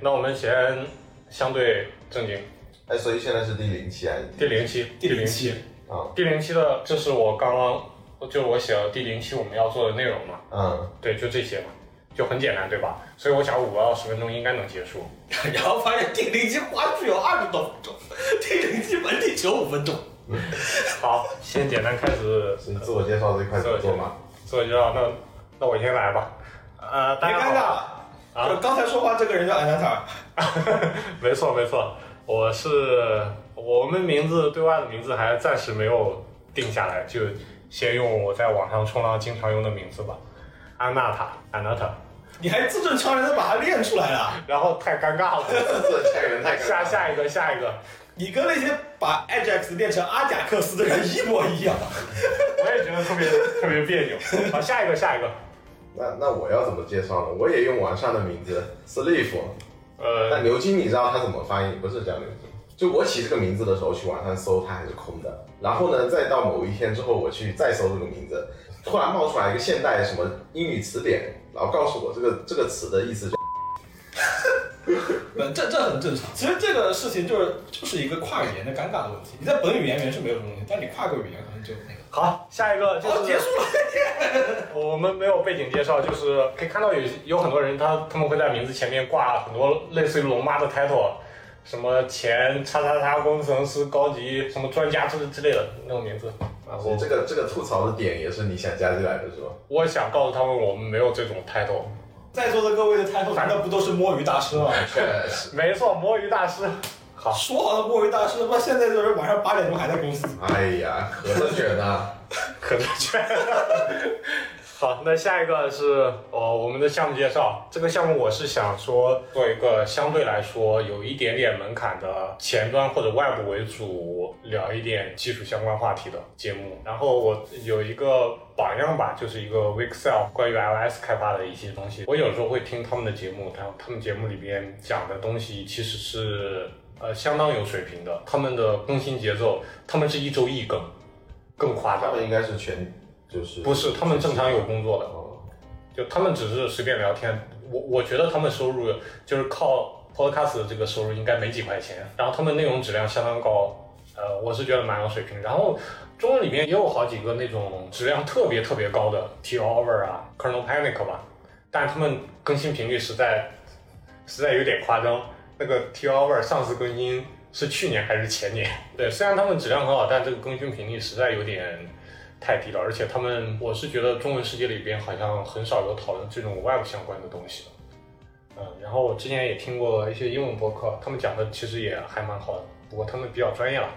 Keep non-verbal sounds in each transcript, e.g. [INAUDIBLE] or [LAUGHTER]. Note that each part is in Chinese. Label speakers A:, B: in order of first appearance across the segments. A: 那我们先相对正经，
B: 哎，所以现在是第零期还是
A: 第零期，
C: 第
A: 零
C: 零期，
B: 啊？
A: 第零期的，这是我刚刚就是我写了第零期我们要做的内容嘛，
B: 嗯，
A: 对，就这些嘛，就很简单，对吧？所以我想五到十分钟应该能结束。
C: 然后发现第零期花絮有二十多分钟，第零期完地只有五分钟。
A: 好，先简单开始
B: 所以自我介绍最快
A: 自我
B: 怎么
A: 介
B: 做
A: 绍
B: 嘛？， [LAUGHS]
A: 自我介绍，那那我先来吧。呃，大
C: 别
A: 家好
C: 尴尬，
A: 啊
C: 就刚才说话这个人叫安娜塔，
A: 没错没错，我是我们名字对外的名字还暂时没有定下来，就先用我在网上冲浪经常用的名字吧，安娜塔，安娜塔。
C: 你还字正腔圆的把它练出来了。
A: 然后太尴尬了，
B: 这这个人太尴尬
A: 下
B: 了
A: 下一个下一个，
C: 你跟那些把 Ajax 练成阿贾克斯的人一模一样。
A: 我也觉得特别特别别扭。好，下一个下一个，
B: 那那我要怎么介绍呢？我也用网上的名字 Sleeve，
A: 呃
B: 但，牛津你知道它怎么翻译？不是叫牛津。就我起这个名字的时候，去网上搜它还是空的。然后呢，再到某一天之后，我去再搜这个名字，突然冒出来一个现代什么英语词典，然后告诉我这个这个词的意思就。
C: 呃，这这很正常。其实这个事情就是就是一个跨语言的尴尬的问题。你在本语言原是没有这种东西，但你跨过语言可能就那个。
A: 好，下一个就是、
C: 哦，结束了。
A: 我们没有背景介绍，就是可以看到有有很多人他他们会在名字前面挂很多类似于龙妈的 title，什么前叉叉叉工程师高级什么专家之之类的那种名字。然
B: 所
A: 后
B: 以这个这个吐槽的点也是你想加进来的是吧？
A: 我想告诉他们，我们没有这种 title。
C: 在座的各位的 title 难道不都是摸鱼大师吗？
B: 确实，
A: 没错，摸鱼大师。好，
C: 说好的摸鱼大师，他妈现在就是晚上八点钟还在公司。
B: 哎呀，合着卷啊！
A: 可乐圈。 [LAUGHS] 好，那下一个是呃我们的项目介绍。这个项目我是想说做一个相对来说有一点点门槛的前端或者外部为主，聊一点技术相关话题的节目。然后我有一个榜样吧，就是一个 Wixel 关于 iOS 开发的一些东西。我有时候会听他们的节目，他他们节目里边讲的东西其实是呃相当有水平的，他们的更新节奏，他们是一周一更，更夸
B: 他
A: 张。
B: 们应该是全就是
A: 不是，他们正常有工作的，
B: 哦，
A: 就他们只是随便聊天。我我觉得他们收入就是靠 podcast 的这个收入应该没几块钱，然后他们内容质量相当高，呃，我是觉得蛮有水平。然后中文里面也有好几个那种质量特别特别高的 T Over 啊，Kernel Panic 吧，但他们更新频率实在实在有点夸张。那个 T Over 上次更新是去年还是前年？ [LAUGHS] 对，虽然他们质量很好，但这个更新频率实在有点太低了。而且他们，我是觉得中文世界里边好像很少有讨论这种外部相关的东西的。嗯，然后我之前也听过一些英文播客，他们讲的其实也还蛮好的，不过他们比较专业了。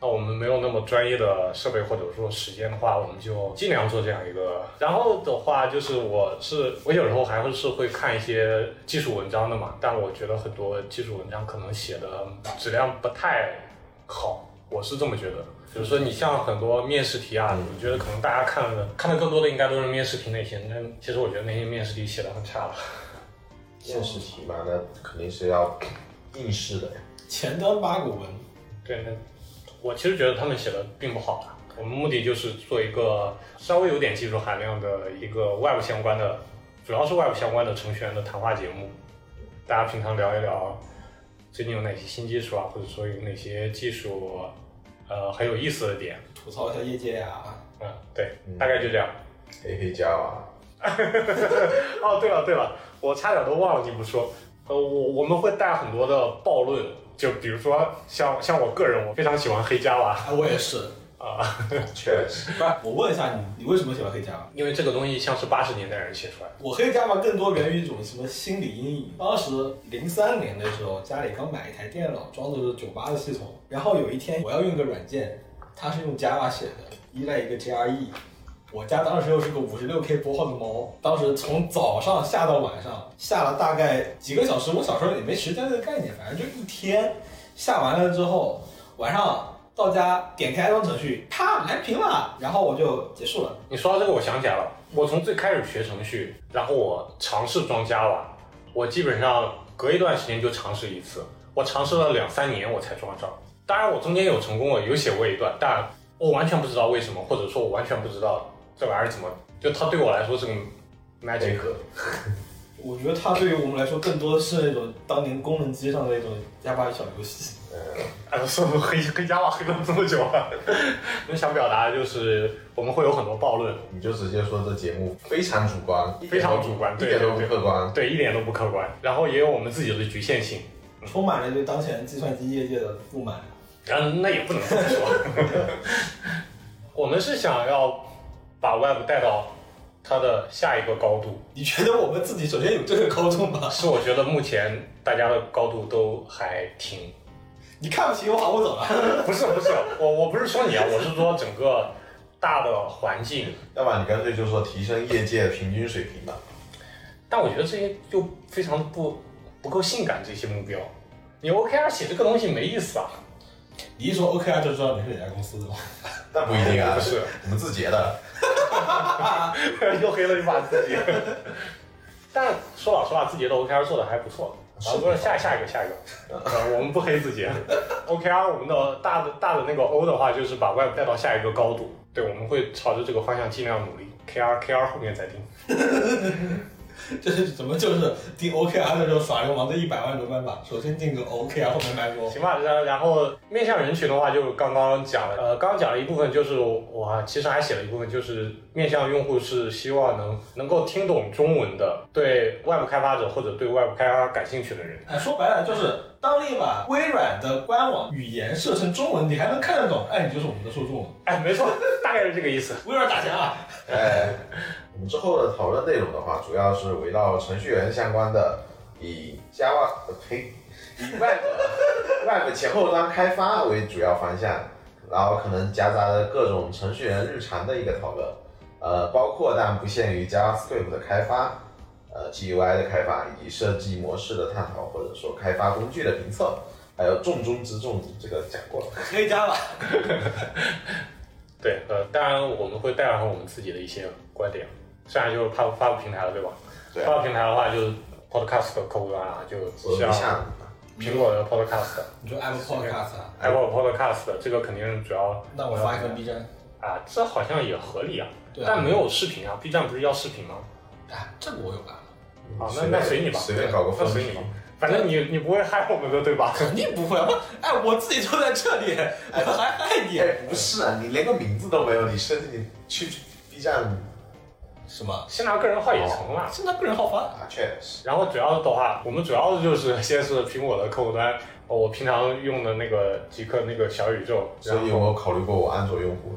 A: 那我们没有那么专业的设备或者说时间的话，我们就尽量做这样一个。然后的话就是我是我有时候还会是会看一些技术文章的嘛，但我觉得很多技术文章可能写的质量不太好，我是这么觉得的。比如说你像很多面试题啊，我觉得可能大家看的看的更多的应该都是面试题那些，但其实我觉得那些面试题写的很差了。
B: 现实题嘛，那肯定是要应试的呀。
C: 前端八股文，
A: 对，那我其实觉得他们写的并不好吧。我们目的就是做一个稍微有点技术含量的一个外部相关的，主要是外部相关的程序员的谈话节目，大家平常聊一聊最近有哪些新技术啊，或者说有哪些技术呃很有意思的点。
C: 吐槽一下业界啊。
A: 嗯，对，大概就这样。
B: 黑黑胶啊，
A: 哦，对了对了，我差点都忘了你不说。呃，我我们会带很多的暴论，就比如说像像我个人，我非常喜欢黑 Java
C: 哎，我也是。
A: 啊。
B: 确实，
C: [LAUGHS] 不是，我问一下你，你为什么喜欢黑 Java？
A: 因为这个东西像是八十年代人写出来的。
C: 我黑 Java 更多源于一种什么心理阴影。当时零三年的时候，家里刚买一台电脑，装的是九八的系统。然后有一天我要用一个软件，它是用 Java 写的，依赖一个 JRE。我家当时又是个五十六 K 拨号的猫，当时从早上下到晚上，下了大概几个小时。我小时候也没时间这个概念，反正就一天下完了之后，晚上到家点开安装程序，啪蓝屏了，然后我就结束了。
A: 你说到这个，我想起来了，我从最开始学程序，然后我尝试装 Java，我基本上隔一段时间就尝试一次，我尝试了两三年我才装上。当然，我中间有成功过，有写过一段，但我完全不知道为什么，或者说我完全不知道这玩意儿怎么，就它对我来说是个 magic。
B: 个
C: 我觉得它对于我们来说，更多的是那种当年功能机上的那种 Java 小游 [LAUGHS] 戏。
A: 哎，算了，黑黑 Java 黑了这么久了，我想表达的就是我们会有很多暴论，
B: 你就直接说这节目非常主观，
A: 非常主观
B: 一
A: 对
B: 点都不
A: 对对
B: 客观。
A: 对，一点都不客观，然后也有我们自己的局限性，
C: 充满了对当前计算机业界的不满。
A: 然后那也不能这么 [LAUGHS] 说。我们是想要把 Web 带到它的下一个高度，
C: 你觉得我们自己首先有这个高度吗？ [LAUGHS]
A: 是我觉得目前大家的高度都还挺
C: 你看不起我，好，我走了。
A: [LAUGHS] 不是不是，我我不是说你啊，我是说整个大的环境。
B: 要不然你干脆就说提升业界平均水平吧。
A: 但我觉得这些就非常不不够性感，这些目标。你 OKR 写这个东西没意思啊，
C: 你一说 OKR 就知道你是哪家公司的吗？
B: 那不一定啊，
A: 哎不是
B: 我们字节的。
A: [LAUGHS] 又黑了一把自己。但说老实话，字节的 OKR 做的还不错。然后不是下下一个下一个，呃，我们不黑字节。OKR 我们的大的大的那个 O 的话，就是把 Web 带到下一个高度。对，我们会朝着这个方向尽量努力。KR KR 后面再定。
C: 这是怎么 [LAUGHS] 就是定 OKR 的时候耍流氓的一百万种办法？首先定个 OKR，后面卖说
A: 行吧，呃然然后面向人群的话，就刚刚讲了，呃，刚刚讲了一部分，就是我其实还写了一部分，就是面向用户是希望能能够听懂中文的，对外部开发者或者对外部开发感兴趣的人。
C: 哎，说白了就是，当你把微软的官网语言设成中文，你还能看得懂，哎，你就是我们的受众了。
A: 哎，没错，大概是这个意思。
C: 微软打钱啊！
B: 哎， [LAUGHS] 我们之后的讨论内容的话，主要是围绕程序员相关的，以 Java 呃呸，以 Web Web 前后端开发为主要方向，然后可能夹杂着各种程序员日常的一个讨论，呃，包括但不限于 JavaScript 的开发，呃，GUI 的开发以及设计模式的探讨，或者说开发工具的评测，还有重中之重这个讲过了。
C: 黑 Java，
A: 对，呃，当然我们会带上我们自己的一些观点，虽然就是发发布平台了，对吧？
B: 对啊
A: 发布平台的话，就是 Podcast 的客户端啊，就
B: 我
A: 像
B: 们下嗯午吧
A: 苹果的 Podcast、
C: 你说 Apple Podcast 啊？
A: Apple Podcast 这个肯定是主要
C: 那我发一份 B 站。
A: 啊，这好像也合理啊，
C: 对啊
A: 但没有视频啊，B 站不是要视频吗？
C: 哎，这个我有办法，
A: 啊，那
B: 随
A: 那
B: 便
A: 随你吧，
B: 随便搞个
A: 那
B: 分
A: 随
B: 题
A: 你吧，反正你你不会害我们的对吧？ [LAUGHS]
C: 肯定不会啊！哎，我自己就在这里，我还害你
B: [LAUGHS] 哎，不是啊，你连个名字都没有，你设计你去 B 站
C: 什么？
A: 先拿个人号也成
B: 哦
A: 了。
C: 现在个人号发，
B: 啊，确实，
A: [LAUGHS] 然后主要的话，我们主要就是先是苹果的客户端，哦我平常用的那个极客那个小宇宙，
B: 所
A: 然
B: 以
A: 后
B: 有没有考虑过我安卓用户？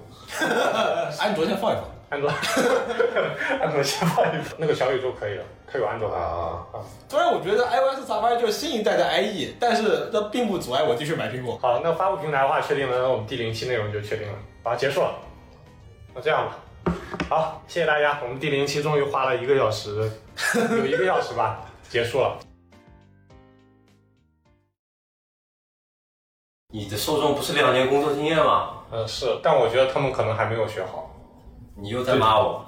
C: 安卓先放一放。
A: 安 [LAUGHS] 卓，安卓先放一放，那个小宇宙可以了，它有安卓的。
B: 啊，
C: 虽然我觉得 iOS Safari 就是新一代的 IE，但是这并不阻碍我继续买苹果。
A: 好，那发布平台的话确定了，那我们第零期内容就确定了，好，结束了。那这样吧，好，谢谢大家，我们第零期终于花了一个小时，有一个小时吧，结束了。
D: 你的受众不是两年工作经验吗？
A: 嗯，是，但我觉得他们可能还没有学好。
D: 你又在骂我。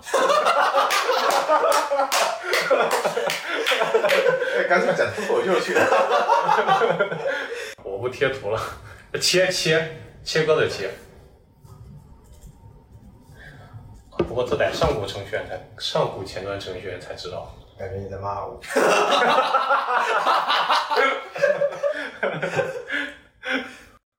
B: 哎，干脆讲脱口秀 [LAUGHS] 去了。
A: 我不贴图了，切 [LAUGHS] 切切割的切。不过这得上古程序员才，上古前端程序员才知道。
B: 感觉你在骂我。